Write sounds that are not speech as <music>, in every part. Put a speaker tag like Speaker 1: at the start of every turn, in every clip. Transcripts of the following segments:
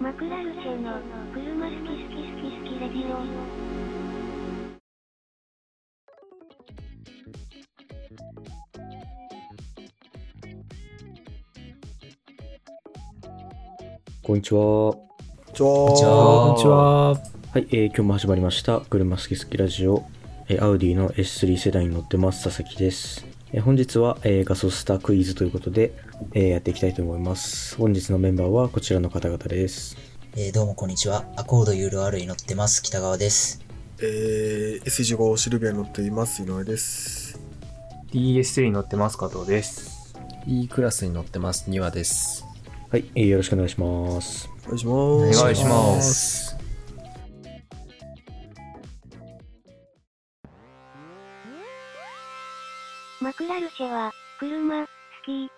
Speaker 1: マクラルチェの車好き好き好き好きレディオ
Speaker 2: こんにちは。は
Speaker 3: ちょ
Speaker 4: こんにち
Speaker 3: ー
Speaker 4: は。こんにちは。
Speaker 2: い、えー今日も始まりました。車好き好きラジオ。えーアウディの S3 世代に乗ってます、佐々木です。えー本日は、えーガソスタクイズということで、えーやっていきたいと思います。本日のメンバーはこちらの方々です。
Speaker 4: えーどうもこんにちは。アコード URR に乗ってます。北川です。
Speaker 3: えー、S15 シルビアに乗っています、井上です。
Speaker 5: DS3 に乗ってます加藤です。
Speaker 6: E クラスに乗ってます、2話です。。
Speaker 2: はい、えーよろしくお願いします。
Speaker 3: お願いします。
Speaker 5: お願いします
Speaker 1: マクラルチェは車好き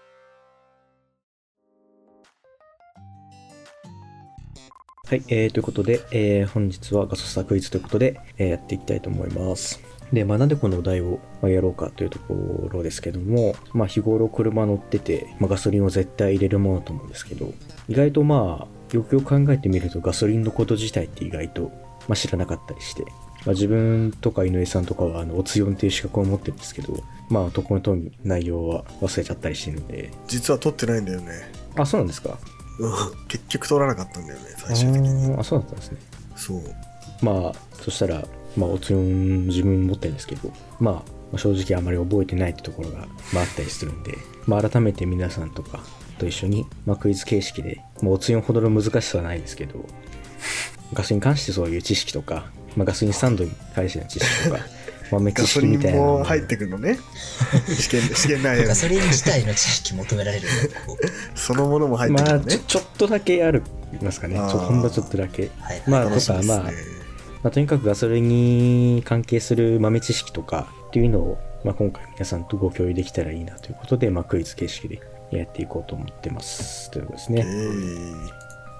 Speaker 2: はい、えーということで、えー本日はガソスタクイズということで、えーやっていきたいと思います。で、まあ、なんでこのお題をまあやろうかというところですけども、まあ、日頃車乗ってて、まあ、ガソリンを絶対入れるものと思うんですけど、意外とまあ、よくよく考えてみるとガソリンのこと自体って意外と、まあ、知らなかったりして、まあ、自分とか井上さんとかはあのおつよんっていう資格を持ってるんですけど、まあ、男のとに内容は忘れちゃったりしてるんで、
Speaker 3: 実は撮ってないんだよね。
Speaker 2: あ、そうなんですか
Speaker 3: うん結局撮らなかったんだよね、最終的に。
Speaker 2: あーあ、そうだったんですね。
Speaker 3: そう。
Speaker 2: まあそしたら、まあ、おつよん自分持ってるんですけど、まあ、まあ正直あまり覚えてないってところが、まあ、あったりするんで、まあ、改めて皆さんとかと一緒に、まあ、クイズ形式で、まあ、おつよんほどの難しさはないですけどガソリンに関してそういう知識とか、まあ、ガソリンスタンドに関しての知識と
Speaker 3: <laughs>
Speaker 2: か豆
Speaker 3: ガ
Speaker 2: 知
Speaker 3: ソ
Speaker 2: 識
Speaker 3: リ
Speaker 2: み
Speaker 3: ン
Speaker 2: たいなの
Speaker 3: も
Speaker 2: が
Speaker 3: 入ってくるのね。試験、試験内
Speaker 2: <laughs>
Speaker 3: 容
Speaker 4: ガ。ソリン自体の知識求められるのでここ
Speaker 3: そのものも入ってく
Speaker 2: まあ
Speaker 3: るの
Speaker 2: ちょ
Speaker 3: ね。
Speaker 2: ちょっとだけありますかねちょ
Speaker 3: あー
Speaker 2: ほんのちょっとだけ。
Speaker 4: はい。
Speaker 2: まあ、
Speaker 3: 楽
Speaker 2: と
Speaker 3: しみ
Speaker 2: か、
Speaker 3: ですね
Speaker 2: まあ、まあ、とにかくガソリンに関係する豆知識とかっていうのを、まあ、今回皆さんとご共有できたらいいなということで、まあ、クイズ形式でやっていこうと思ってますということです
Speaker 3: え
Speaker 2: ね。
Speaker 3: ー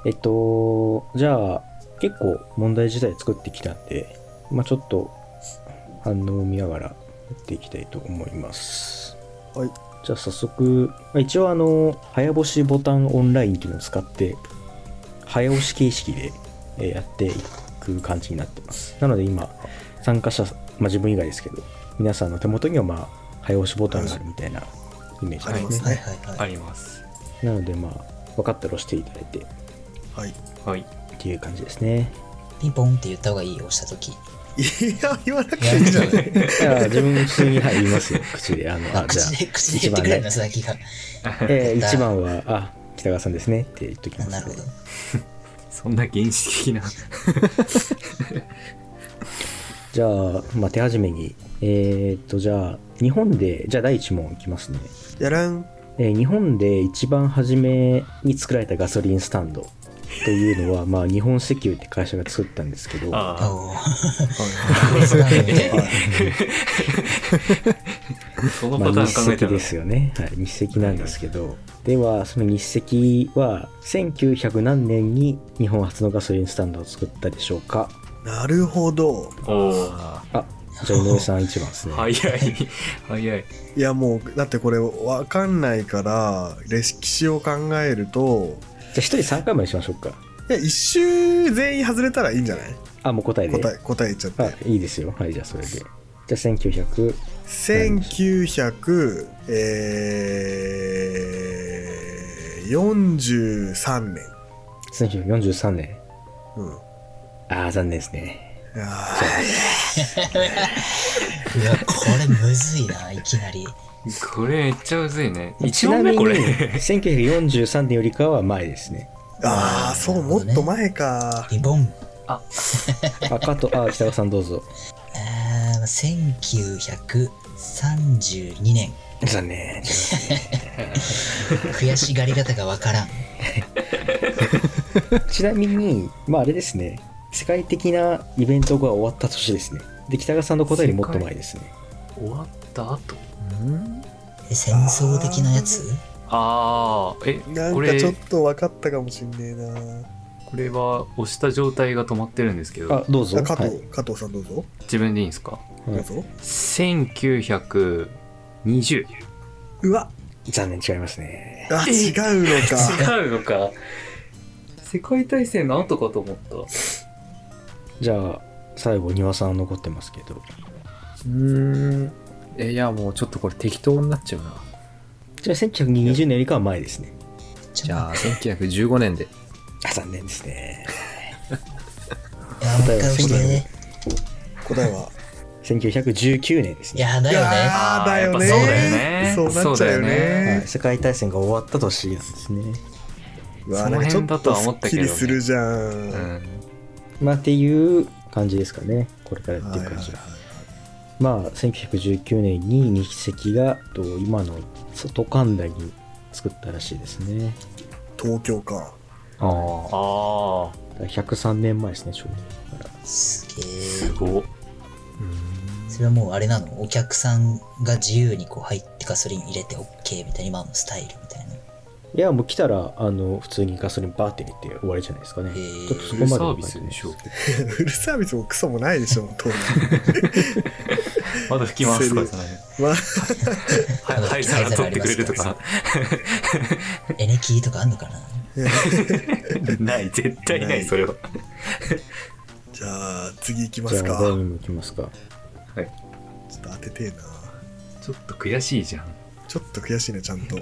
Speaker 2: えっと、じゃあ結構問題自体作ってきたんで、まあ、ちょっと反応を見ながらやっていきたいと思います。
Speaker 3: はい。
Speaker 2: じゃあ早速、まあ一応あの、早押しボタンオンラインっていうのを使って、早押し形式でえーやっていく感じになってます。なので今、参加者、まあ、自分以外ですけど、皆さんの手元にはまあ、早押しボタンがあるみたいなイメージ
Speaker 3: あり
Speaker 2: で
Speaker 3: ますす
Speaker 2: ね。
Speaker 4: はい
Speaker 3: ね。
Speaker 4: はい
Speaker 5: あ
Speaker 4: はい。
Speaker 5: ります。
Speaker 2: なのでまあ、分かったら押していただいてっ
Speaker 3: はい。
Speaker 5: はい。
Speaker 2: ていう感じですね。
Speaker 4: ピンポンって言った方がいい押したとき。
Speaker 3: いや、言わなくていいじゃん。
Speaker 2: いや、自分普通に、はい、言いますよ、口で。あの、
Speaker 4: あ
Speaker 2: あ、じゃ
Speaker 4: 口で、口で言ってくれるの、佐々木が。
Speaker 2: あ、えー、一番は、あ、北川さんですねって言っときます。
Speaker 4: なるほど。
Speaker 5: そんな原始的な。
Speaker 2: じゃあ、まあ、手始めに、えー、っと、じゃあ、日本で、じゃあ第一問いきますね。
Speaker 3: やらん。
Speaker 2: えー日本で一番初めに作られたガソリンスタンドというのは、 <laughs> まあ、日本石油って会社が作ったんですけど、
Speaker 5: あ
Speaker 4: おお。
Speaker 3: はいはい
Speaker 5: あ、その
Speaker 2: まあ
Speaker 5: パターン
Speaker 2: 日
Speaker 5: 考え
Speaker 2: 赤
Speaker 5: た
Speaker 2: で
Speaker 5: ら。
Speaker 2: すよね、はい、日赤なんですけど、ではその日赤は1900何年に日本初のガソリンスタンドを作ったでしょうか
Speaker 3: なるほど。
Speaker 5: おお。
Speaker 6: あ
Speaker 2: あじゃあ井上さん1番ですね、
Speaker 5: 早い。早い。
Speaker 3: いや、もう、だってこれ、わかんないから、歴史を考えると、
Speaker 2: じゃあ1人3回までしましょうか
Speaker 3: いや、一周全員外れたらいいんじゃない
Speaker 2: あもう答えで
Speaker 3: 答え、答え言っちゃって。
Speaker 2: はい、いいですよはいじゃあそれでじゃあ1900
Speaker 3: 1943、えー43年。
Speaker 2: 1943年
Speaker 3: うん。い
Speaker 2: ああ残念ですね
Speaker 3: や
Speaker 4: いや、これむずいな、いきなり。
Speaker 5: これめっちゃむずいね。
Speaker 2: ち
Speaker 5: 一
Speaker 2: な
Speaker 5: 問
Speaker 2: み
Speaker 5: 目
Speaker 2: に
Speaker 5: これ。
Speaker 2: 1943年よりかは前ですね
Speaker 3: ーあー、そう、もっと前か。
Speaker 4: ピンポン。
Speaker 2: 赤とあ北川さんどうぞ
Speaker 4: あー1932年。
Speaker 2: 残念
Speaker 4: 悔しがり方がわからん。
Speaker 2: ちなみに、まああれですね、世界的なイベントが終わった年ですね。で、北川さんの答えよりもっと前ですね。
Speaker 5: 終わった後。
Speaker 6: うん
Speaker 4: え戦争的なやつ
Speaker 5: ああ、え、
Speaker 3: なん
Speaker 5: こ
Speaker 3: か
Speaker 5: れ
Speaker 3: ちょっと分かったかもしんねえな。
Speaker 5: これは押した状態が止まってるんですけ
Speaker 2: あ
Speaker 5: ど、、
Speaker 2: どうぞ。
Speaker 3: あ加
Speaker 2: は
Speaker 3: 藤、
Speaker 2: い、
Speaker 3: 加藤さんどうぞ。
Speaker 5: 自分でいいんですか
Speaker 2: うん
Speaker 3: どうぞ。
Speaker 5: 1920違
Speaker 3: うわ、
Speaker 2: 残念違いますね。
Speaker 5: <laughs>
Speaker 3: あ、違うのか。
Speaker 5: うのか世界大戦の後かと思った。
Speaker 2: じゃあ、最後、庭さん残ってますけど。
Speaker 6: うん。え、いや、もうちょっとこれ適当になっちゃうな。
Speaker 2: じゃあ、1920年よりかは前ですね。
Speaker 5: <laughs>
Speaker 6: じゃあ、1915年で。
Speaker 2: あ、残念ですね。
Speaker 4: いや、もう一回押してね。
Speaker 3: 答えは
Speaker 2: 1919年です
Speaker 4: い
Speaker 2: ね。
Speaker 4: や、だよね。
Speaker 3: あーだよね
Speaker 5: やっぱそうだよね
Speaker 3: そうなっちゃうよ
Speaker 2: はい
Speaker 3: ね
Speaker 2: 世界大戦が終わった年なんですね。
Speaker 3: う
Speaker 5: そ
Speaker 3: わ
Speaker 5: の
Speaker 3: なんかちょ
Speaker 5: 辺
Speaker 3: っ
Speaker 5: だと
Speaker 3: と
Speaker 5: は
Speaker 3: す
Speaker 5: 思ったけ
Speaker 3: っき
Speaker 5: どね
Speaker 3: りするじゃん、
Speaker 5: うん。
Speaker 2: まあ、っていう感じですかね。これからやって
Speaker 3: はいい
Speaker 2: く
Speaker 3: は
Speaker 2: 感
Speaker 3: いは
Speaker 2: じ
Speaker 3: い
Speaker 2: は。まあ、1919年に日赤がと今の外神田に作ったらしいですね。
Speaker 3: 東京か
Speaker 5: ああ。ああ。
Speaker 2: だから103年前ですね、ちょうど。だから
Speaker 4: すげ
Speaker 5: す
Speaker 4: え。
Speaker 5: ごっ。
Speaker 4: それはもうあれなのお客さんが自由にこう入ってガソリン入れて OK みたいな今のスタイルみ
Speaker 5: <laughs>
Speaker 4: たいな。
Speaker 2: いや、もう来たら、あの、普通にガソリンバーって入れて終わりじゃないですかね。
Speaker 4: ー
Speaker 2: ちょっとそこまでは
Speaker 5: フルサービスでしょ
Speaker 3: フルサービスもクソもないでし
Speaker 5: <laughs>
Speaker 3: ょ当時
Speaker 5: まだ吹きますとかじゃ <laughs> ない。
Speaker 3: まあ
Speaker 5: はい、灰皿取ってくれるとか。
Speaker 4: エネキーとかあんのかな
Speaker 5: <laughs> ない、絶対な、
Speaker 3: ないい
Speaker 5: それは。
Speaker 3: じゃあ次行きま
Speaker 2: じ
Speaker 3: す
Speaker 2: ゃ
Speaker 3: か
Speaker 2: あ、第2問いきますか。
Speaker 3: ちょっと当ててえな
Speaker 5: ちょっと悔しいじゃん。
Speaker 3: ちょっと悔しいねちゃんと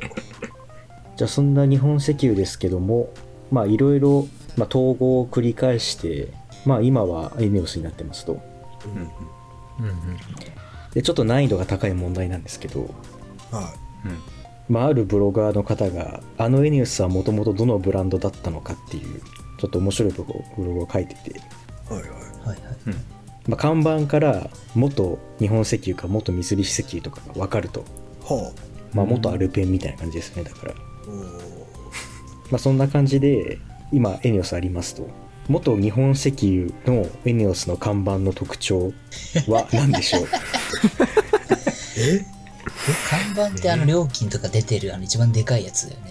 Speaker 2: じゃあ、そんな日本石油ですけども、まあ、いろいろ、まあ、統合を繰り返して、まあ、今は ENEOS になってますと。
Speaker 5: うん。
Speaker 6: うんうん。
Speaker 2: で、ちょっと難易度が高い問題なんですけど、
Speaker 3: は
Speaker 2: まあ、あるブロガーの方が、あのエネオスはもともとどのブランドだったのかっていう、ちょっと面白いブログブログを書いてて、
Speaker 3: いはいは
Speaker 4: は
Speaker 3: い
Speaker 4: いはい。
Speaker 2: まあ、看板から元日本石油か元三菱石油とかが分かると、
Speaker 3: は
Speaker 2: まあ、元アルペンみたいな感じですね、だから。
Speaker 3: あおー
Speaker 2: まあ、そんな感じで、今、エネオスありますと。元日本石油のエネオスの看板の特徴 <laughs> は何でしょう
Speaker 3: え
Speaker 4: 看板ってあの料金とか出てるあの一番でかいやつだよね。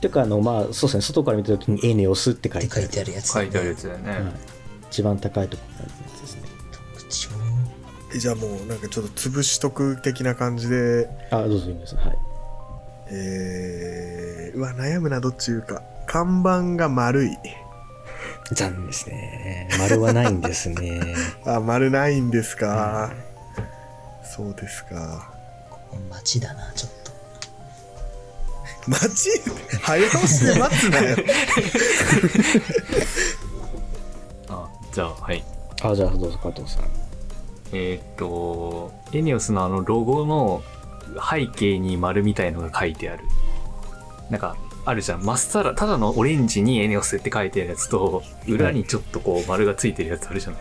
Speaker 2: というか、あの、まあ、そうですね、外から見た時にエネオスって書
Speaker 4: っ
Speaker 2: い
Speaker 4: て
Speaker 2: てあ
Speaker 4: 書
Speaker 2: る。
Speaker 4: いてあるやつ。
Speaker 5: 書いてあるやつだよね。
Speaker 2: はい、一番高いところにあるやつですね。
Speaker 4: 口調
Speaker 3: えじゃあもうなんかちょっと潰しとく的な感じで
Speaker 2: あ、どうぞ、皆さん。はい。
Speaker 3: えー、うわ悩むなどっち言うか看板が丸い
Speaker 2: 残念ですね。丸はないんですね。
Speaker 3: あ丸ないんですか、そうですか
Speaker 4: ここ街だな、ちょっと。
Speaker 3: 待ち早押しで待つなよ
Speaker 5: あ、じゃあ、はい。
Speaker 2: <laughs> あ、じゃあどうぞ加藤さん。
Speaker 5: えーっと、エネオスのあのロゴの背景に丸みたいのが書いてある。なんか、あるじゃん。まっさら、ただのオレンジにエネオスって書いてあるやつと、裏にちょっとこう丸がついてるやつあるじゃない。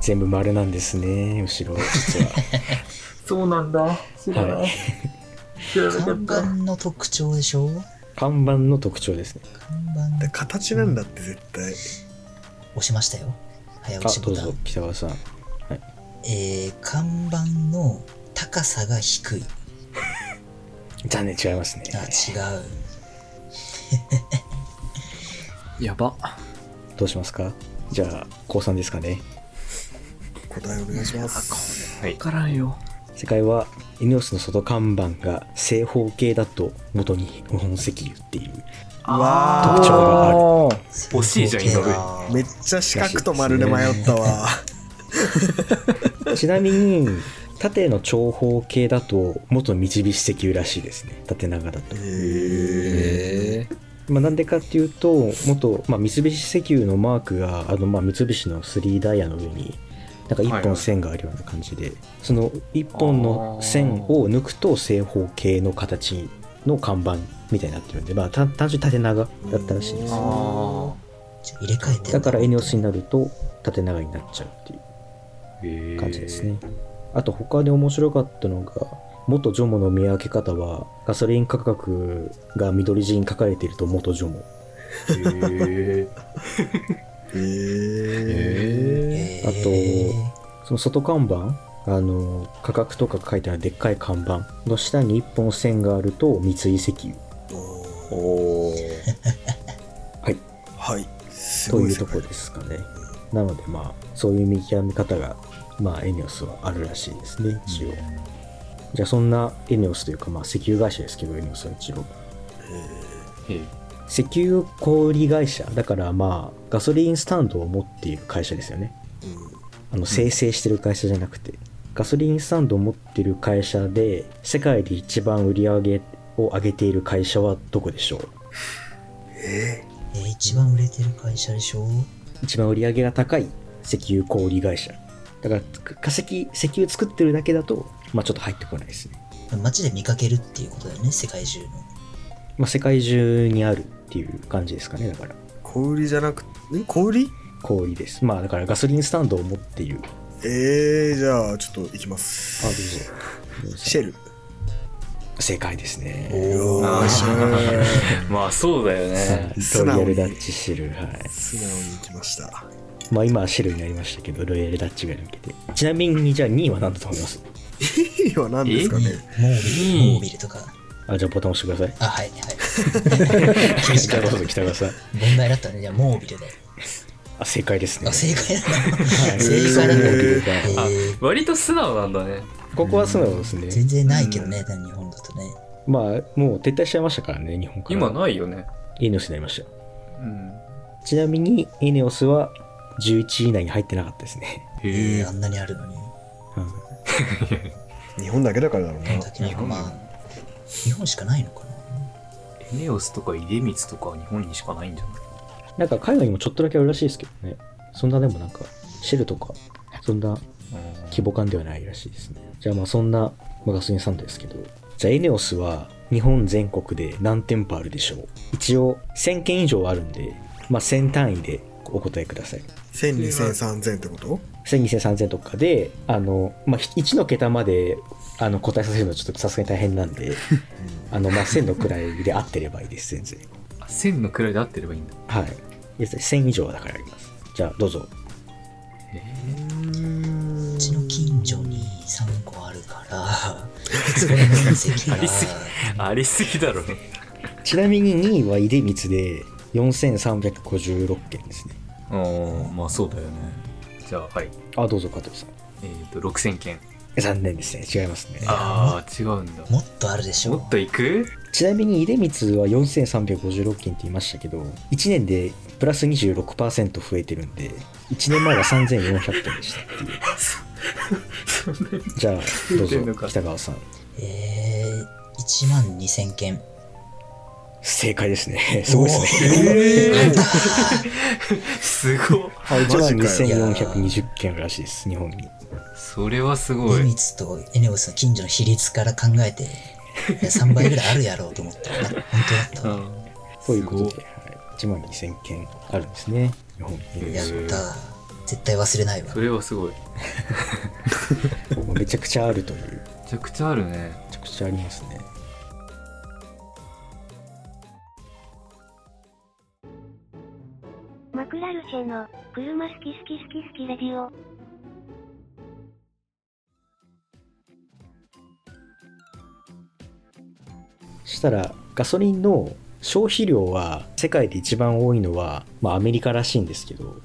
Speaker 2: 全部丸なんですね、後ろ、実 <laughs>
Speaker 5: そうなんだ。知
Speaker 2: らないはい
Speaker 4: 看板の特徴でしょ
Speaker 2: は。看板の特徴ですね。
Speaker 4: 看板
Speaker 3: 形なんだって絶対
Speaker 4: 押しましたよ。早
Speaker 2: あ
Speaker 4: 押し、
Speaker 2: ど
Speaker 4: ボ
Speaker 2: う
Speaker 4: タ
Speaker 2: ぞ
Speaker 4: ン。、
Speaker 2: 北川さん。
Speaker 4: えー、看板の高さが低い。
Speaker 2: 残念、違いますね。
Speaker 4: あ、違う。
Speaker 6: やば。
Speaker 2: どうしますかじゃあ、高3ですかね。
Speaker 3: 答えお願いします
Speaker 5: はい。
Speaker 6: からんよ。
Speaker 2: 世界は、エネオスの外看板が正方形だと元に日本石油っていう。
Speaker 3: うわ
Speaker 2: 特徴がある
Speaker 5: 惜しいじゃん
Speaker 4: 正方形
Speaker 5: 井上
Speaker 4: が
Speaker 3: ーめっちゃ四角と丸で迷ったわ
Speaker 2: ちなみに、縦の長方形だと元三菱石油らしいですね。縦長だと。
Speaker 3: え
Speaker 6: えー。
Speaker 2: まあ、なんでかっていうと元、まあ、三菱石油のマークがあの、まあ、三菱の3ダイヤの上になんか
Speaker 5: は
Speaker 2: 1
Speaker 5: いは
Speaker 2: 本
Speaker 5: い
Speaker 2: 線があるような感じで、その1本の線を抜くと正方形の形の看板みたいになってるんで、まあ、単単純に縦長だったらしいです
Speaker 3: うん
Speaker 5: あ
Speaker 4: ちょ入れ替えてん
Speaker 2: だからエネオスになると縦長になっちゃうっていう
Speaker 5: ーへー
Speaker 2: 感じですね、あと他で面白かったのが元ジョモの見分け方はガソリン価格が緑字に書かれていると元ジョモ
Speaker 5: へー
Speaker 3: ー、え
Speaker 6: え
Speaker 4: えー
Speaker 2: あとその外看板あの価格とか書いてあるでっかい看板の下に1本線があると三井石油
Speaker 3: ー、おー
Speaker 5: お
Speaker 3: はいす
Speaker 2: と
Speaker 3: ごい
Speaker 2: いう
Speaker 3: 世
Speaker 2: と
Speaker 3: 界
Speaker 2: こですかねなのでまあそういう見極め方がまあエネオスはあるらしいですね一応、じゃあそんなエネオスというかまあ石油会社ですけどエネオスは一応
Speaker 3: え
Speaker 5: え
Speaker 2: 石油小売会社だからまあガソリンスタンドを持っている会社ですよねあの生成してる会社じゃなくて、ガソリンスタンドを持ってる会社で世界で一番売り上げを上げている会社はどこでしょう
Speaker 3: え
Speaker 4: えー一番売れてる会社でしょ
Speaker 2: 一番売り上げが高い石油小売会社だからく化石石油作ってるだけだとまあちょっと入ってこないですね、
Speaker 4: 街で見かけるっていうことだよね、世界中の。
Speaker 2: まあ、世界中にあるっていう感じですかねだから
Speaker 3: ー小売りじゃなくてん小売り
Speaker 2: 小売ですまあだからガソリンスタンドを持っている
Speaker 3: えー、じゃあちょっと行きます
Speaker 2: どうぞ
Speaker 3: シェル
Speaker 2: 正解ですね
Speaker 4: お
Speaker 3: お
Speaker 5: ー
Speaker 3: シェル
Speaker 5: まあそうだよね。
Speaker 3: 素
Speaker 2: ロ
Speaker 3: 直
Speaker 2: イ
Speaker 3: に
Speaker 2: ヤルダッチシェルはい
Speaker 3: 素直に行きました
Speaker 2: まあ今はシェルになりましたけどロイヤルダッチが抜けてちなみにじゃあ2位は何だと思います
Speaker 3: いいは何ですか
Speaker 4: モービ
Speaker 3: ね
Speaker 4: ル、モービルモービルとか。
Speaker 2: あじゃあボタン押してください
Speaker 4: あ、はい、
Speaker 2: <laughs>
Speaker 4: はい。厳し
Speaker 2: じゃ
Speaker 4: か
Speaker 2: あど
Speaker 4: った
Speaker 2: う。ぞ北川さん
Speaker 4: 問題だったね。じゃあ、モービルで。
Speaker 2: あ正解ですね
Speaker 4: あ、正解だな。
Speaker 2: はい
Speaker 4: 正解
Speaker 2: そう
Speaker 4: だな。
Speaker 2: 思う
Speaker 4: え
Speaker 2: けど
Speaker 4: ー
Speaker 5: あ割と素直なんだね。
Speaker 2: ここは素直ですね
Speaker 4: 全然ないけどね、でも日本だとね。
Speaker 2: まあもう撤退しちゃいましたからね日本から
Speaker 5: 今ないよね。
Speaker 2: エネオスになりましたよ
Speaker 5: うん。
Speaker 2: ちなみにエネオスは11位以内に入ってなかったですね、
Speaker 5: へ
Speaker 4: え
Speaker 5: え
Speaker 4: ーあ。んなにあるのに。
Speaker 2: うん
Speaker 3: 日本だけだからだろうな
Speaker 4: だけなんかまあ、日本しかないのかな。
Speaker 5: エネオスとか出光とかは日本にしかないんじゃない
Speaker 2: なんか海外にもちょっとだけあるらしいですけどねそんなでもなんかシェルとかそんな規模感ではないらしいですねじゃあまあそんなまあガソリンスタンドですけどじゃあエネオスは日本全国で何店舗あるでしょう一応1000件以上あるんでまあ1000単位でお答えください
Speaker 3: 120003000ってこと
Speaker 2: 12,000,3000とかで、あの、まあ、1の桁まで、あの、答えさせるのはちょっとさすがに大変なん <laughs> で、あの、まあ、1000のくらいで合ってればいいです、全然。
Speaker 5: あ千の位で合ってればいいんだ。
Speaker 2: はい。いや1000以上はだからあります。じゃあ、どうぞ。
Speaker 4: うちの近所に3個あるから、それの面積が
Speaker 5: ありすぎ <laughs> ありすぎだろ。
Speaker 2: ちなみに2位は出光で、4356件ですね。
Speaker 5: うん。まあそうだよね。じゃあはい。
Speaker 2: あ、どうぞ、加藤さん。
Speaker 5: えっと6000件。
Speaker 2: 残念ですね。違いますね。
Speaker 5: ああ違うんだ。
Speaker 4: もっとあるでしょ。
Speaker 5: もっといく
Speaker 2: ちなみに出光は4356件って言いましたけど、1年でプラス26%増えてるんで、1年前は3400件でした <laughs> っていう。じゃあ、どう
Speaker 5: 増えてんの
Speaker 2: ぞ、
Speaker 5: か
Speaker 2: 北川さん。
Speaker 4: えー、1万2000件。
Speaker 2: 正解ですね。すごいですね。
Speaker 5: えすごっ
Speaker 2: はい、1
Speaker 3: マ
Speaker 2: 万
Speaker 3: ジか
Speaker 2: 2420件らしいです、日本に。
Speaker 5: それはすご
Speaker 4: 出
Speaker 5: い
Speaker 4: 光とエネオスの近所の比率から考えて、3倍ぐらいあるやろうと思ったら、本当だった
Speaker 5: う
Speaker 4: わ。
Speaker 5: ん
Speaker 2: ということで、はい、1万2000件あるんですね、日本に。
Speaker 4: やったー。絶対忘れないわ
Speaker 5: そ。れはすごいめ
Speaker 2: もうめちゃくちゃあるという。
Speaker 5: ちゃくちゃあるね
Speaker 2: めちゃくちゃありますね。
Speaker 1: マクラルシェの車好き好き好き好きレディオ。
Speaker 2: したらガソリンの消費量は世界で一番多いのは、まあ、アメリカらしいんですけど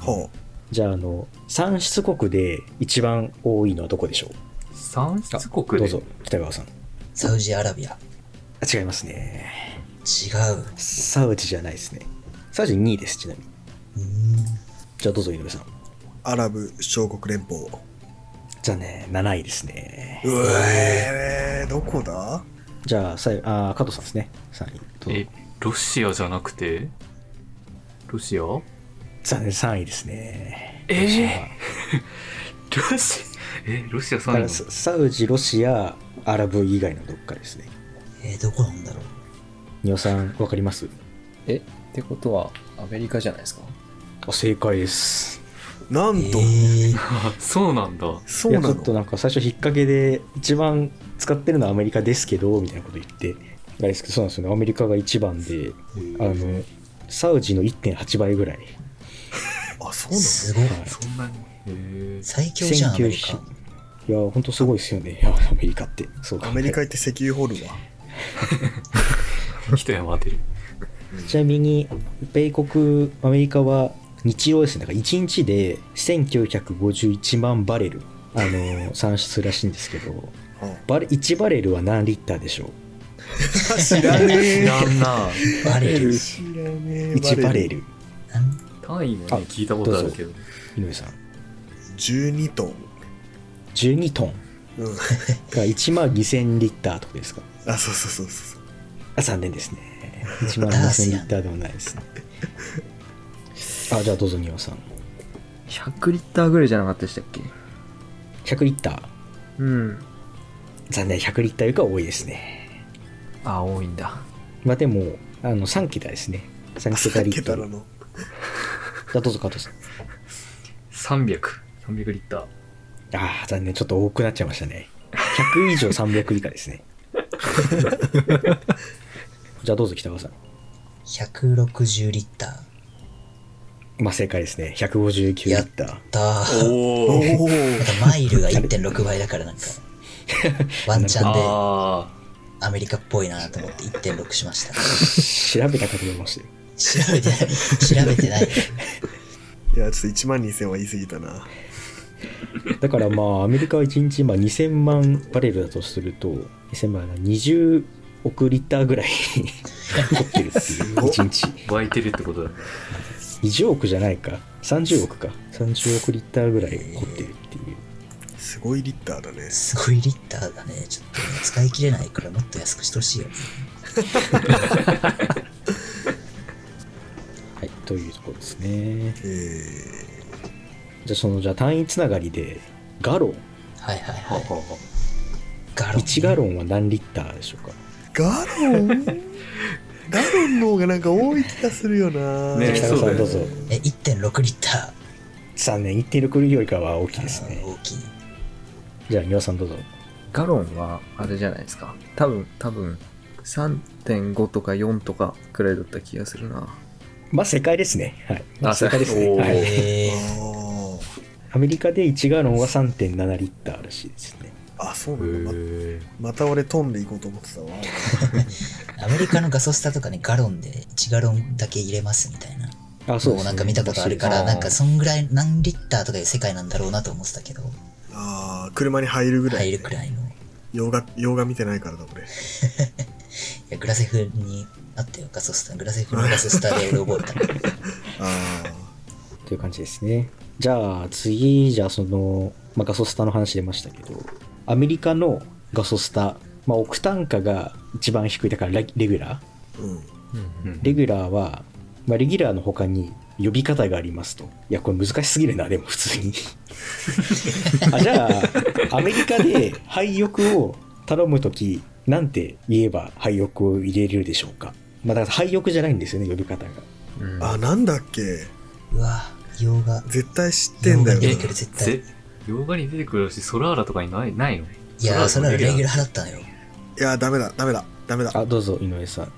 Speaker 3: ほ
Speaker 2: じゃああの産出国で一番多いのはどこでしょう
Speaker 5: 産出
Speaker 2: ど
Speaker 5: 国
Speaker 2: う
Speaker 5: で
Speaker 2: ぞ北川さん
Speaker 4: サウジアラビア。
Speaker 2: あ違いますね
Speaker 4: 違う。
Speaker 2: サウジじゃないですねサウジ2位ですちなみに
Speaker 4: うーん。
Speaker 2: じゃあどうぞ井上さん
Speaker 3: うアラブ小国連邦
Speaker 2: じゃあね7位ですね
Speaker 3: うえー、どこだ
Speaker 2: じゃあ最後あー加藤さんですね3位どうぞ
Speaker 5: えロシアじゃなくてロシアロ
Speaker 2: 残念3位ですね
Speaker 5: えー
Speaker 2: ロシアは
Speaker 5: シえロシア
Speaker 2: だか
Speaker 5: 3
Speaker 2: ら
Speaker 5: 位
Speaker 2: ササウジロシアアラブ以外のどっかですね
Speaker 4: えー、どこなんだろう。
Speaker 2: 丹羽さんわかります
Speaker 6: えってことは、アメリカじゃないですか
Speaker 2: あ正解です
Speaker 3: なんと、
Speaker 4: えー、
Speaker 5: あそうなんだ
Speaker 3: そう
Speaker 2: い
Speaker 3: な
Speaker 2: やちょ
Speaker 3: の
Speaker 2: っとなんか最初引っ掛けで一番使ってるのはアメリカですけどみたいなこと言ってあれですけどそうなんですよねアメリカが一番であのサウジの1.8倍ぐらい
Speaker 3: あそうなの
Speaker 4: すごい。
Speaker 5: そんなにへえ
Speaker 4: 最強じゃん、アメリカ。
Speaker 2: いや本当すごいですよねいや <laughs> アメリカってそう考え
Speaker 3: ア
Speaker 2: る
Speaker 3: メリカ行って石油掘るわ
Speaker 5: 一山当てる
Speaker 2: ちなみに米国アメリカは日曜ですねだから1日で1951万バレル
Speaker 3: <laughs>
Speaker 2: あの産出らしいんですけど
Speaker 3: は
Speaker 2: バレ1バレルは何リッターでしょう
Speaker 3: 知らね
Speaker 5: い
Speaker 3: え
Speaker 5: らんな
Speaker 4: バレる。
Speaker 3: 知らねえ
Speaker 2: 1バレル
Speaker 4: なん
Speaker 5: 単位もね
Speaker 2: あ
Speaker 5: 聞いたことあるけど
Speaker 2: 井上さん
Speaker 3: 12トン
Speaker 2: 12トン
Speaker 3: うん
Speaker 2: が1万2000リッターとかですか
Speaker 3: あそうそうそうそう
Speaker 2: あ残念ですね1万2000リッターでもないですねあじゃあどうぞ丹羽さん
Speaker 6: 100リッターぐらいじゃなかったでしたっけ
Speaker 2: 100リッター
Speaker 6: うん。
Speaker 2: 残念100リッターよりかは多いですね
Speaker 5: あ多いんだ
Speaker 2: まあでもあの3桁ですね3桁リッタ
Speaker 3: 桁
Speaker 2: ー
Speaker 3: な
Speaker 2: じ
Speaker 3: の
Speaker 2: ゃあどうぞ加藤さん
Speaker 5: 300300リッター
Speaker 2: ああ残念ちょっと多くなっちゃいましたね100以上300以下ですね <laughs> じゃあどうぞ北川さん
Speaker 4: ?160 リッター。
Speaker 2: まあ正解ですね159リッター
Speaker 4: だー
Speaker 5: お
Speaker 3: おお
Speaker 4: なんかマイルが1.6倍だからなんか、ワンチャンで
Speaker 5: あ
Speaker 4: アメリカっぽいなと思って1.6しました。
Speaker 2: 調べたかと思いましたよ
Speaker 4: 調べてない。調べてない。
Speaker 3: いやちょっと1万2000は言い過ぎたな
Speaker 2: だからまあアメリカは1日今2000万バレルだとすると2000万が20億リッター <laughs> ぐらい残ってるっていう1日
Speaker 5: ー湧いてるってことだ
Speaker 2: 20億じゃないか30億か30億リッターぐらい残ってるっていう
Speaker 3: すごいリッターだね
Speaker 4: すごいリッターだね。ちょっとね使い切れないからもっと安くしてほしいよね。
Speaker 2: はいというところですね
Speaker 3: え
Speaker 2: じゃあそのじゃあ単位つながりでガロン
Speaker 4: はいはい
Speaker 5: はは
Speaker 4: は。
Speaker 5: いは
Speaker 4: ガロンね。
Speaker 2: 1ガロンは何リッターでしょうか
Speaker 3: ー、
Speaker 5: <laughs>
Speaker 3: ガロンガロンの方がなんか多い気がするよな、
Speaker 5: ねえ
Speaker 2: 北川さんどう
Speaker 5: そ
Speaker 2: ぞ
Speaker 4: え、1.6リッタ
Speaker 2: 3年1.6よりかは大きい
Speaker 4: ー。
Speaker 2: ですね
Speaker 4: あー大きい。
Speaker 2: じゃあ丹羽さんどうぞ
Speaker 6: ガロンは、あれじゃないですか。多分、多分、3.5とか4とかくらいだった気がするな。
Speaker 2: まあ正解ですねはい、まあ、
Speaker 6: あ
Speaker 2: 正解ですね
Speaker 5: おー
Speaker 2: はい
Speaker 4: えー、
Speaker 3: あ
Speaker 2: アメリカで1ガロンは3.7リッターらしいですね。
Speaker 3: ーあそう
Speaker 5: へ
Speaker 3: なんだま
Speaker 5: ー
Speaker 3: また俺飛んでいこうと思ってたわ
Speaker 4: アメリカのガソスタとかね、ガロンで1ガロンだけ入れますみたいな。
Speaker 2: あ、
Speaker 4: そう、なんか見たことあるか
Speaker 5: ら
Speaker 4: ら、
Speaker 5: しいですね
Speaker 4: なんかそんぐらい何リッターとかいう世界なんだろうなと思ってたけど、
Speaker 3: ああ車に入るぐら
Speaker 4: 入
Speaker 3: い
Speaker 4: るくらいの。い
Speaker 3: 洋画洋画見てないからだ俺
Speaker 4: や、グラセフにあったよ、ガソスタ。グラセフのガソスタで俺覚えた。
Speaker 3: あ
Speaker 2: という感じですね。じゃあ次、じゃあその、まあ、ガソスタの話出ましたけど、アメリカのガソスタ、まあ、オクタン価が一番低い、だからレレギュラー。
Speaker 3: あうん
Speaker 5: うん
Speaker 2: レギュラーは、まあ、レギュラーの他に呼び方がありますと。いや、これ難しすぎるな、でも普 <laughs> 通に。あじゃあ、アメリカで廃浴を頼むとき、なんて言えば廃浴を入れるでしょうか。まあ、だから廃浴じゃないんですよね、呼び方が。
Speaker 6: うん
Speaker 3: あなんだっけ
Speaker 4: うわ、洋画。
Speaker 3: 絶対知ってんだよ
Speaker 4: 洋画に出
Speaker 3: な
Speaker 4: てくる、絶対。
Speaker 5: ぜ洋画に出てくるしソラーラとかにないないの
Speaker 4: いや、それはレギュ
Speaker 5: ー
Speaker 4: ラーだったのよ。
Speaker 3: いやダメだダメだダメだ
Speaker 2: あ、どうぞ、井上さん。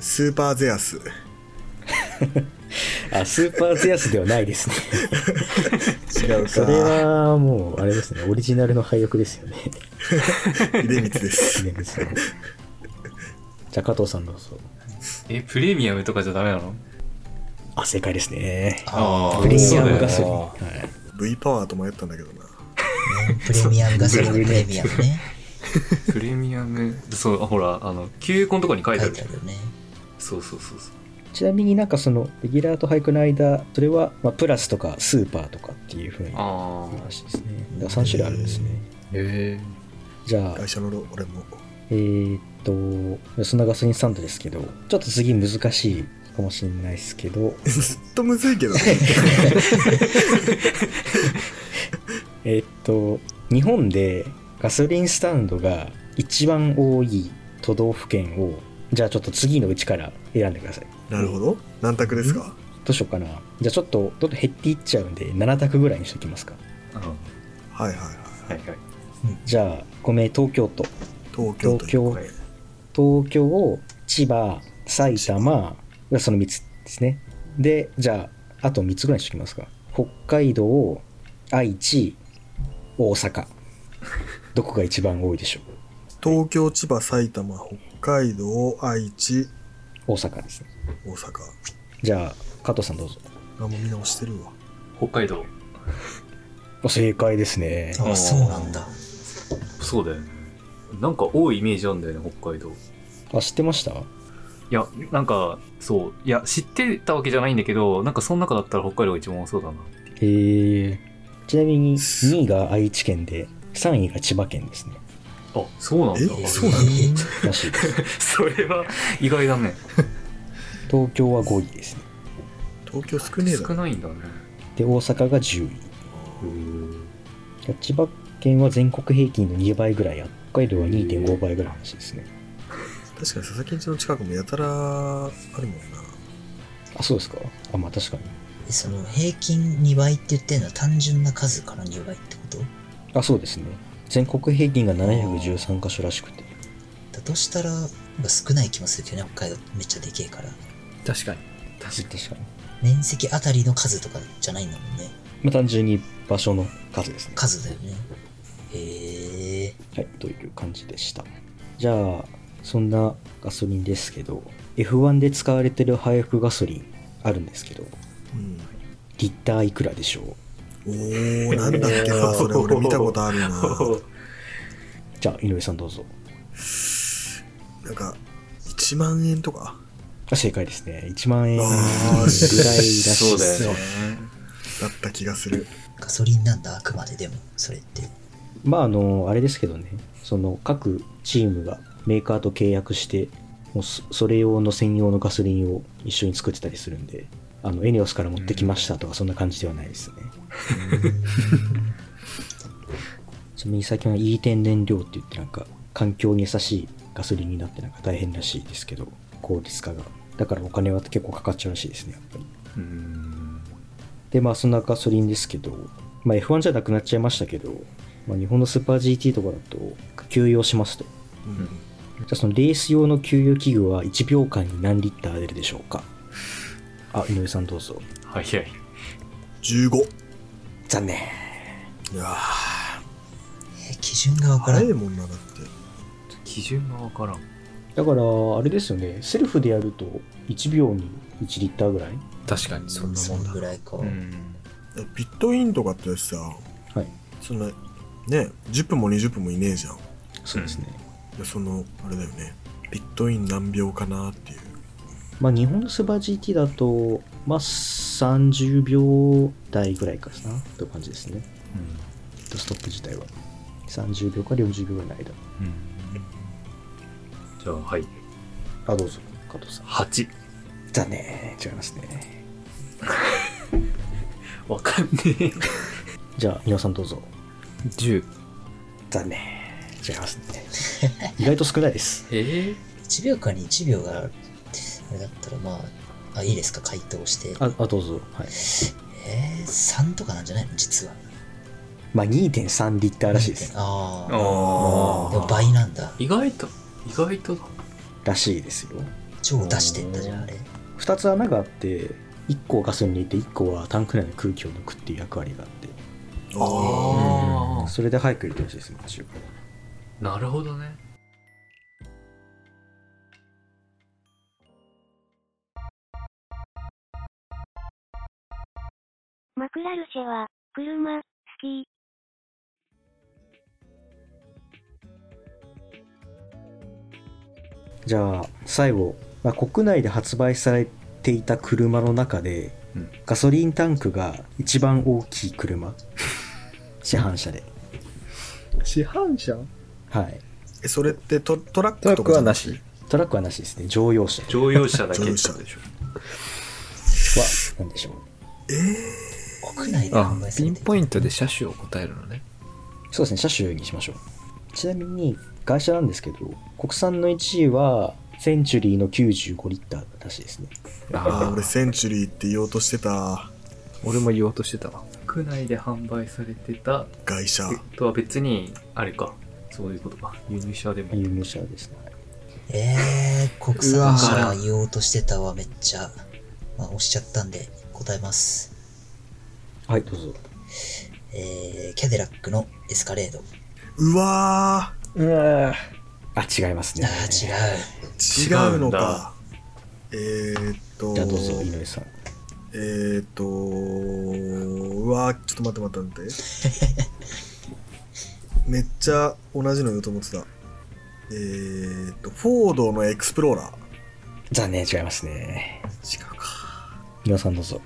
Speaker 3: スーパーゼアス
Speaker 2: あ、スーパーゼアスではないですね。
Speaker 3: 違うか
Speaker 2: それはもう、あれですね、オリジナルの配役ですよね。
Speaker 3: 秀光です <laughs>
Speaker 2: ね別にじゃあ、加藤さんどうぞ。
Speaker 5: えプレミアムとかじゃダメなの
Speaker 2: あ、正解ですね。
Speaker 5: あー
Speaker 2: プレミアムガ
Speaker 5: そうだ
Speaker 2: ソリン。
Speaker 5: よ
Speaker 2: は
Speaker 3: V パワーと迷ったんだけどな
Speaker 6: <laughs>
Speaker 4: プレミアムガソリンのプレミアムね。
Speaker 5: プレミアムそうほらあの球根のとかに書いてあ
Speaker 4: 書
Speaker 5: る
Speaker 4: いてあるよね。
Speaker 5: そうそうそうそう
Speaker 2: いちなみになんかその、レギュラーと俳句の間、それは、まあ、プラスとかスーパーとかっていうふうに言
Speaker 5: あ
Speaker 2: うらしいですね。だから3種類あるんですね。
Speaker 6: へえ。
Speaker 2: じゃあ、
Speaker 3: 会社のろ俺も <laughs>
Speaker 2: えーっと、そんなガソリンスタンドですけど、ちょっと次難しいかもしれないですけど、
Speaker 3: ずっとむずいけどね
Speaker 2: えーっと、日本でガソリンスタンドが一番多い都道府県を、じゃあちょっと次のうちから選んでください。
Speaker 3: なるほど何択ですか
Speaker 2: どうしようかな。じゃあちょっと、どんどん減っていっちゃうんで、7択ぐらいにしときますか。
Speaker 5: あうん
Speaker 3: はいはいはい
Speaker 5: はいはい
Speaker 2: じゃあ、ごめん、東京都。
Speaker 3: 東京
Speaker 2: 東
Speaker 3: 都
Speaker 2: 京、東京を千葉、埼玉がその3つですね。で、じゃあ、あと3つぐらいにしときますか。北海道、愛知、大阪。どこが一番多いでしょう
Speaker 3: 東京千葉埼玉北海道愛知
Speaker 2: 大阪ですね。
Speaker 3: 大阪
Speaker 2: じゃあ、加藤さんどうぞ。
Speaker 3: あもう見直してるわ
Speaker 5: 北海道
Speaker 2: お正解ですね。
Speaker 5: う
Speaker 4: あ、
Speaker 5: ん
Speaker 4: そうなんだ。
Speaker 5: そうだよねなんか多いイメージあるんだよね北海道
Speaker 2: あ、知ってました
Speaker 5: いや、なんか、そう。いや、知ってたわけじゃないんだけど、なんかその中だったら北海道が一番多そうだな。
Speaker 2: えー、ちなみに2位が愛知県で、3位が千葉県ですね。
Speaker 5: あ、そうなんだ。
Speaker 3: えそうなの
Speaker 2: らしいです。 <laughs>
Speaker 5: それは意外だね。
Speaker 2: 東京は5位ですね。
Speaker 3: 東京少ねえだ
Speaker 5: 少
Speaker 3: ろ
Speaker 5: ないんだね。
Speaker 2: で、大阪が10位。千葉県は全国平均の2倍ぐらいあって、北海道は2.5倍ぐらいらしいですね。
Speaker 3: 確かに佐々木んちの近くもやたらあるもんな
Speaker 2: あ、そうですかあ、まあ確かに。
Speaker 4: でその平均2倍って言ってるのは単純な数から2倍ってこと
Speaker 2: あ、そうですね。全国平均が713箇所らしくて。
Speaker 4: だとしたらなんか少ない気もするけどね北海道めっちゃでけえから
Speaker 6: 確かに。
Speaker 2: 確かに。
Speaker 4: 面積あたりの数とかじゃないんだもんね
Speaker 2: まあ単純に場所の数ですね。
Speaker 4: 数だよねへえ
Speaker 2: はい、という感じでした。じゃあ、そんなガソリンですけど、F1 で使われてる配布ガソリンあるんですけど、リッターいくらでしょう
Speaker 3: うんおおなんだっけな <laughs> それ俺見たことあ <laughs> るな
Speaker 2: じゃあ、井上さんどうぞ。
Speaker 3: なんか1万円とか
Speaker 2: あ正解ですね。1万円ぐらい
Speaker 3: あ
Speaker 2: ら
Speaker 3: ー
Speaker 2: しい
Speaker 5: そう
Speaker 2: で
Speaker 5: だ
Speaker 2: す。
Speaker 5: よね。
Speaker 3: だった気がする
Speaker 4: ガソリンなんだあくまででもそれって
Speaker 2: まあ、あの、あれですけどね、その各チームがメーカーと契約して、もうそそれ用の専用のガソリンを一緒に作ってたりするんで、あの、エネオスから持ってきましたとか、そんな感じではないですね。ちなみに最近は E 天燃料って言ってなんか環境に優しいガソリンになってなんか大変らしいですけど効率化がだからお金は結構かかっちゃうらしいですねやっぱり
Speaker 5: うん。
Speaker 2: でまあそんなガソリンですけど、まあ、F1 じゃなくなっちゃいましたけど、まあ、日本のスーパー GT とかだと給油をしますと
Speaker 3: うん
Speaker 2: じゃあそのレース用の給油器具は1秒間に何リッター出るでしょうかあ井上さんどうぞ
Speaker 5: 早い。
Speaker 3: 15
Speaker 2: 残念
Speaker 3: いや
Speaker 4: えー基準がわから
Speaker 3: 早
Speaker 4: ん
Speaker 3: いもんなだって
Speaker 5: 基準がわからん。
Speaker 2: だからあれですよねセルフでやると1秒に1リッターぐらい
Speaker 6: 確かに、そんな
Speaker 4: そ
Speaker 6: もん
Speaker 4: ん
Speaker 6: だ。
Speaker 4: ぐらいか、
Speaker 5: ん。
Speaker 3: えピットインとかってさ
Speaker 2: はい
Speaker 3: そんなね10分も20分もいねえじゃん
Speaker 2: そうですね、
Speaker 3: でそのあれだよねピットイン何秒かなっていう
Speaker 2: まあ、日本のスーパー GT だと、まあ、30秒台ぐらいかなという感じですね。ストップ自体は。30秒から40秒ぐらいの間。
Speaker 5: うん。じゃあ、はい。
Speaker 2: あ、どうぞ、加藤さん。
Speaker 5: 8。
Speaker 2: だね。違いますね。
Speaker 5: わかんねえ。
Speaker 2: じゃあ、皆さんどうぞ。
Speaker 5: 10。
Speaker 2: だね。違いますね。 <laughs> 意外と少ないです。
Speaker 5: え
Speaker 4: 1秒間に1秒があれだったらまああいいですか回答して
Speaker 2: あ、あどうぞ。はい。
Speaker 4: えー、3とかなんじゃないの実は
Speaker 2: まあ、2.3リッターらしいです。
Speaker 4: ああ
Speaker 5: あ
Speaker 4: でも倍なんだ
Speaker 5: 意外と、意外とだ。
Speaker 2: らしいですよ。
Speaker 4: 超出してったじゃんあれ
Speaker 2: 2つ穴があって、1個をガスに入れて、1個はタンク内の空気を抜くっていう役割があって、
Speaker 5: あ
Speaker 2: それで早く入れてほしいですね、一応。
Speaker 5: あ。なるほどね。
Speaker 1: マクラルシェは、車、スキー。
Speaker 2: じゃあ最後、まあ、国内で発売されていた車の中で、
Speaker 5: うん
Speaker 2: ガソリンタンクが一番大きい車
Speaker 4: <laughs>
Speaker 2: 市販車で
Speaker 6: 市販車
Speaker 2: はい
Speaker 3: えそれってトトラッ
Speaker 6: ト
Speaker 3: ク
Speaker 6: ラ
Speaker 3: とか
Speaker 6: ック
Speaker 3: じゃ
Speaker 6: は
Speaker 3: な
Speaker 6: な
Speaker 3: くて
Speaker 6: し。
Speaker 2: トラックはなしですね乗用車は
Speaker 5: 乗用車だけって
Speaker 3: 乗用
Speaker 5: ことでしょ。
Speaker 3: 車
Speaker 2: 何でしょう
Speaker 4: 国内で
Speaker 6: あ
Speaker 4: 販売、さ
Speaker 6: ピ
Speaker 4: れ
Speaker 6: ン
Speaker 4: てる
Speaker 6: ポイントで車種を答えるのね。
Speaker 2: そうですね車種にしましょうちなみに会社なんですけど国産の1位はセンチュリーの95リッターらしいですね
Speaker 3: ああ
Speaker 6: あ
Speaker 3: 俺センチュリーって言おうとしてた
Speaker 6: 俺も言おうとしてたわ。
Speaker 5: 国内で販売されてた
Speaker 3: 外車
Speaker 5: とは別に、あれか。そういうことか。輸入車でも。
Speaker 2: 有名車ですね
Speaker 4: えー、国産車は言おうとしてたわめっちゃ、まあ、押しちゃったんで答えます
Speaker 2: はいどうぞ
Speaker 4: えー、キャデラックのエスカレード
Speaker 3: うわ
Speaker 6: うわ
Speaker 2: あ違います
Speaker 4: あ
Speaker 2: ね
Speaker 4: ー違う
Speaker 3: ー違うのかえー、っと
Speaker 2: じゃあどうぞ井上さん
Speaker 3: えー、っとうわーちょっと待って待 <laughs> って待ってめっちゃ同じの言おうと思ってたえーっと、フォードのエクスプローラー。
Speaker 2: 残念、違いますね。
Speaker 3: 違うか。
Speaker 2: 皆さんどうぞ。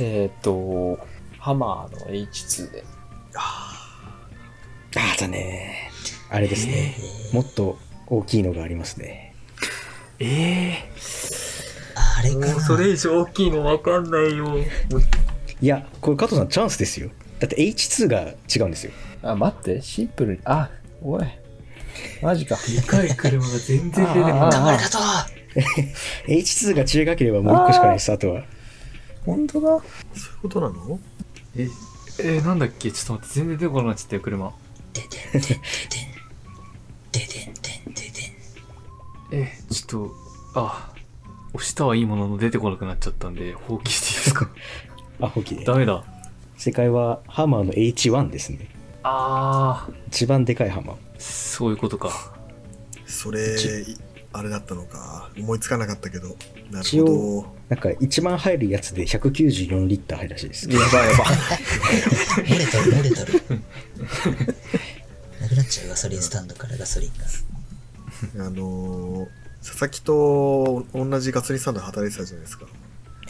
Speaker 6: えっ、と、ハマーの H2 で。
Speaker 2: ああ、残念。あれですね。もっと大きいのがありますね。
Speaker 5: え
Speaker 4: あれ
Speaker 5: え
Speaker 4: かな
Speaker 5: もうそれ以上大きいのわかんないよ。
Speaker 2: いや、これ加藤さんチャンスですよ。だって H2 が違うんですよ。
Speaker 6: あ、待って、シンプルに。あ、おい。マジか。
Speaker 5: でかい車が全然出てこな
Speaker 6: あ
Speaker 5: い。
Speaker 4: 頑張れ加藤
Speaker 2: H2 が違ければもう1個しかないです、あとは。
Speaker 6: 本当だ。
Speaker 3: そういうことなの
Speaker 5: ええーなんだっけちょっと待って、全然出てこなくなっちゃったよ、車。
Speaker 4: ででんでんでんでんでんでんでんでん
Speaker 5: えーちょっと、あ、押したはいいものの出てこなくなっちゃったんで、放棄していいです <laughs> か
Speaker 2: あ、ホッキーで
Speaker 5: ダ。メだ。
Speaker 2: 正解はハマーの H1 ですね。
Speaker 5: あー、
Speaker 2: 一番でかいハマー。
Speaker 5: そういうことか。
Speaker 3: それ、いあれだったのか。思いつかなかったけど。な
Speaker 2: 一
Speaker 3: る
Speaker 2: 応
Speaker 3: ほ
Speaker 2: なんか一番入るやつで194リッター入るらしいです。
Speaker 6: やばいやばい。
Speaker 4: 漏れとる漏れとるなくなっちゃうガソリンスタンドからガソリンが
Speaker 3: ど。あのー、佐々木と同じガソリンスタンドで働いてたじゃないですか。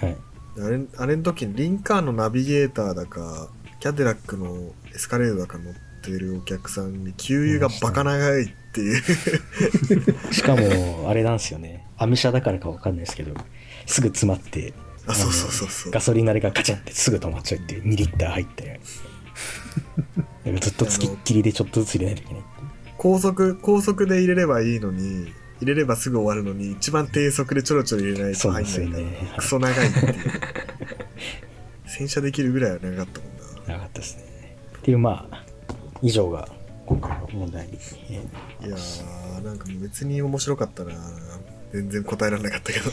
Speaker 2: はい。
Speaker 3: あれ、あれの時にリンカーンのナビゲーターだか、キャデラックのエスカレードだか乗ってるお客さんに給油がバカ長いっ
Speaker 2: <laughs>
Speaker 3: ていう。
Speaker 2: しかも、あれなんですよね。アメ車だからかわかんないですけど、すぐ詰まって、
Speaker 3: あ、そうそうそうそう
Speaker 2: ガ。ソリンあれがガチャンってすぐ止まっちゃうっていう2リッター入って。なんかずっとつきっきりでちょっとずつ入れないといけない。
Speaker 3: 高速、高速で入れればいいのに、入れればすぐ終わるのに、一番低速でちょろちょろ入れないと
Speaker 2: そうな
Speaker 3: 入
Speaker 2: ん
Speaker 3: ん
Speaker 2: で
Speaker 3: な
Speaker 2: すよ
Speaker 3: いから、
Speaker 2: ね。
Speaker 3: クソ長いって
Speaker 2: <laughs>
Speaker 3: いう。洗車できるぐらいは長かったもんな。
Speaker 2: なかったですね。っていう、まあ、以上が今回の問題に。えー
Speaker 3: いやー、なんかもう別に面白かったな。全然答えられなかっ
Speaker 2: <laughs>
Speaker 3: たけど。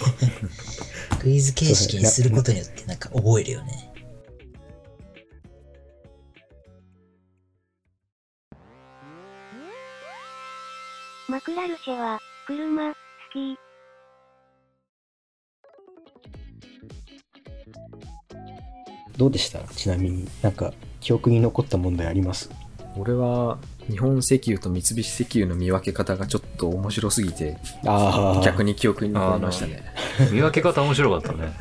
Speaker 4: クイズ形式にすることによってなんか覚えるよね
Speaker 1: マクラルシェは、車、好き。
Speaker 2: どうでしたちなみになんか記憶に残った問題あります
Speaker 6: 俺は、日本石油と三菱石油の見分け方がちょっと面白すぎて、
Speaker 2: ああ
Speaker 6: 逆に記憶に残りましたね。
Speaker 5: 見分け方面白かったね。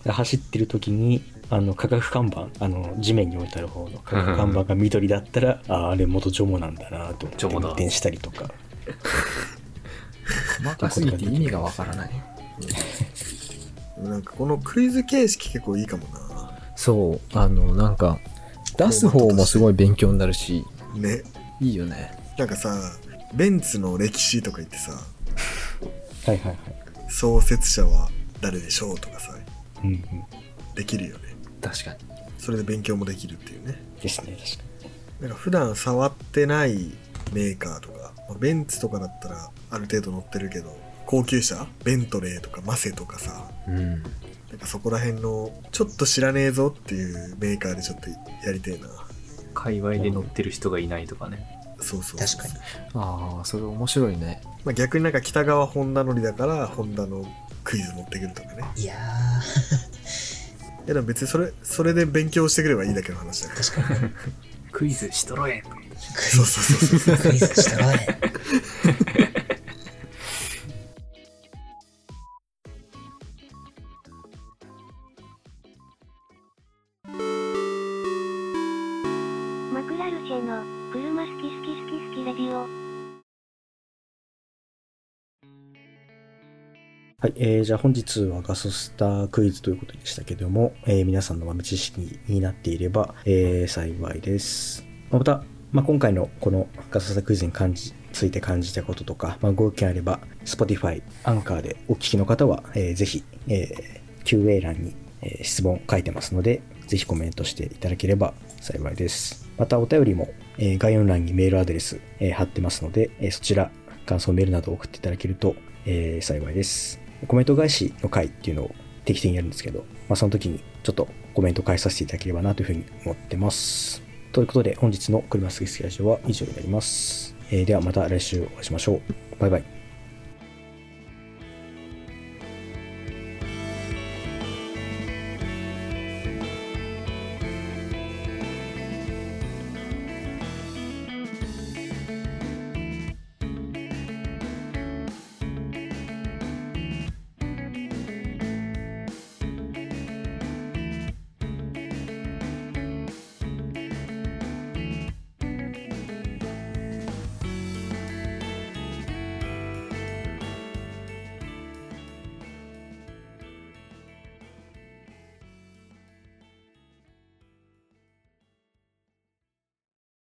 Speaker 3: うん。
Speaker 2: 走ってる時にあの価格看板あの地面に置いてある方の価格看板が緑だったら、あああれ元ジョモなんだなと思って
Speaker 5: ジョ
Speaker 2: 運
Speaker 5: モだ
Speaker 2: 転したりとか
Speaker 6: 細かすぎて意味がわからない。
Speaker 3: なんかこのクイズ形式結構いいかもな。
Speaker 6: そう、あの、なんか、出す方もすごい勉強になるし、
Speaker 3: ね。
Speaker 6: いいよね。
Speaker 3: なんかさ、ベンツの歴史とか言ってさ、
Speaker 2: はいはいはい、
Speaker 3: 創設者は誰でしょうとかさ、
Speaker 2: うんうん、
Speaker 3: できるよね。
Speaker 6: 確かに。
Speaker 3: それで勉強もできるっていうね。
Speaker 2: ですね確か
Speaker 3: なんか普段触ってないメーカーとか、まあベンツとかだったらある程度乗ってるけど、高級車ベントレーとかマセとかさ、
Speaker 6: うん。
Speaker 3: なんかそこら辺のちょっと知らねえぞっていうメーカーでちょっとやりてえな。
Speaker 5: 界隈で乗ってる人がいないとかね。
Speaker 3: そうそう
Speaker 4: 確かに
Speaker 6: ああ、それ面白いね。
Speaker 3: まあ、逆になんか北側ホンダ乗りだから、ホンダのクイズ持ってくるとかね。
Speaker 4: いや
Speaker 3: いやでも別にそれ、それで勉強してくればいいだけの話だか
Speaker 4: ー
Speaker 3: ら。
Speaker 4: 確かにね
Speaker 5: クイズしとろえとか言って
Speaker 4: クイ
Speaker 3: そう
Speaker 4: ズ
Speaker 3: そうそうそう。
Speaker 4: クイズしたらね
Speaker 1: マクラルシェの、車好き好き好き好きレディオ。
Speaker 2: はい、えーじゃあ本日はガソスタークイズということでしたけども、えー皆さんの豆知識になっていれば、えー幸いです。まあまた、まあ、今回のこのガソスタークイズに感じついて感じたこととか、まあ、ご意見あれば、Spotify、アンカーでお聞きの方は、えーぜひ、えー QA 欄に、えー質問書いてますので、ぜひコメントしていただければ幸いです。またお便りも、えー概要欄にメールアドレス、えー貼ってますので、えーそちら感想メールなどを送っていただけると、えー幸いです。コメント返しの回っていうのを定期的にやるんですけど、まあ、その時にちょっとコメント返させていただければなというふうに思ってます。ということで本日の車好き好きラジオは以上になります。えーではまた来週お会いしましょう。バイバイ。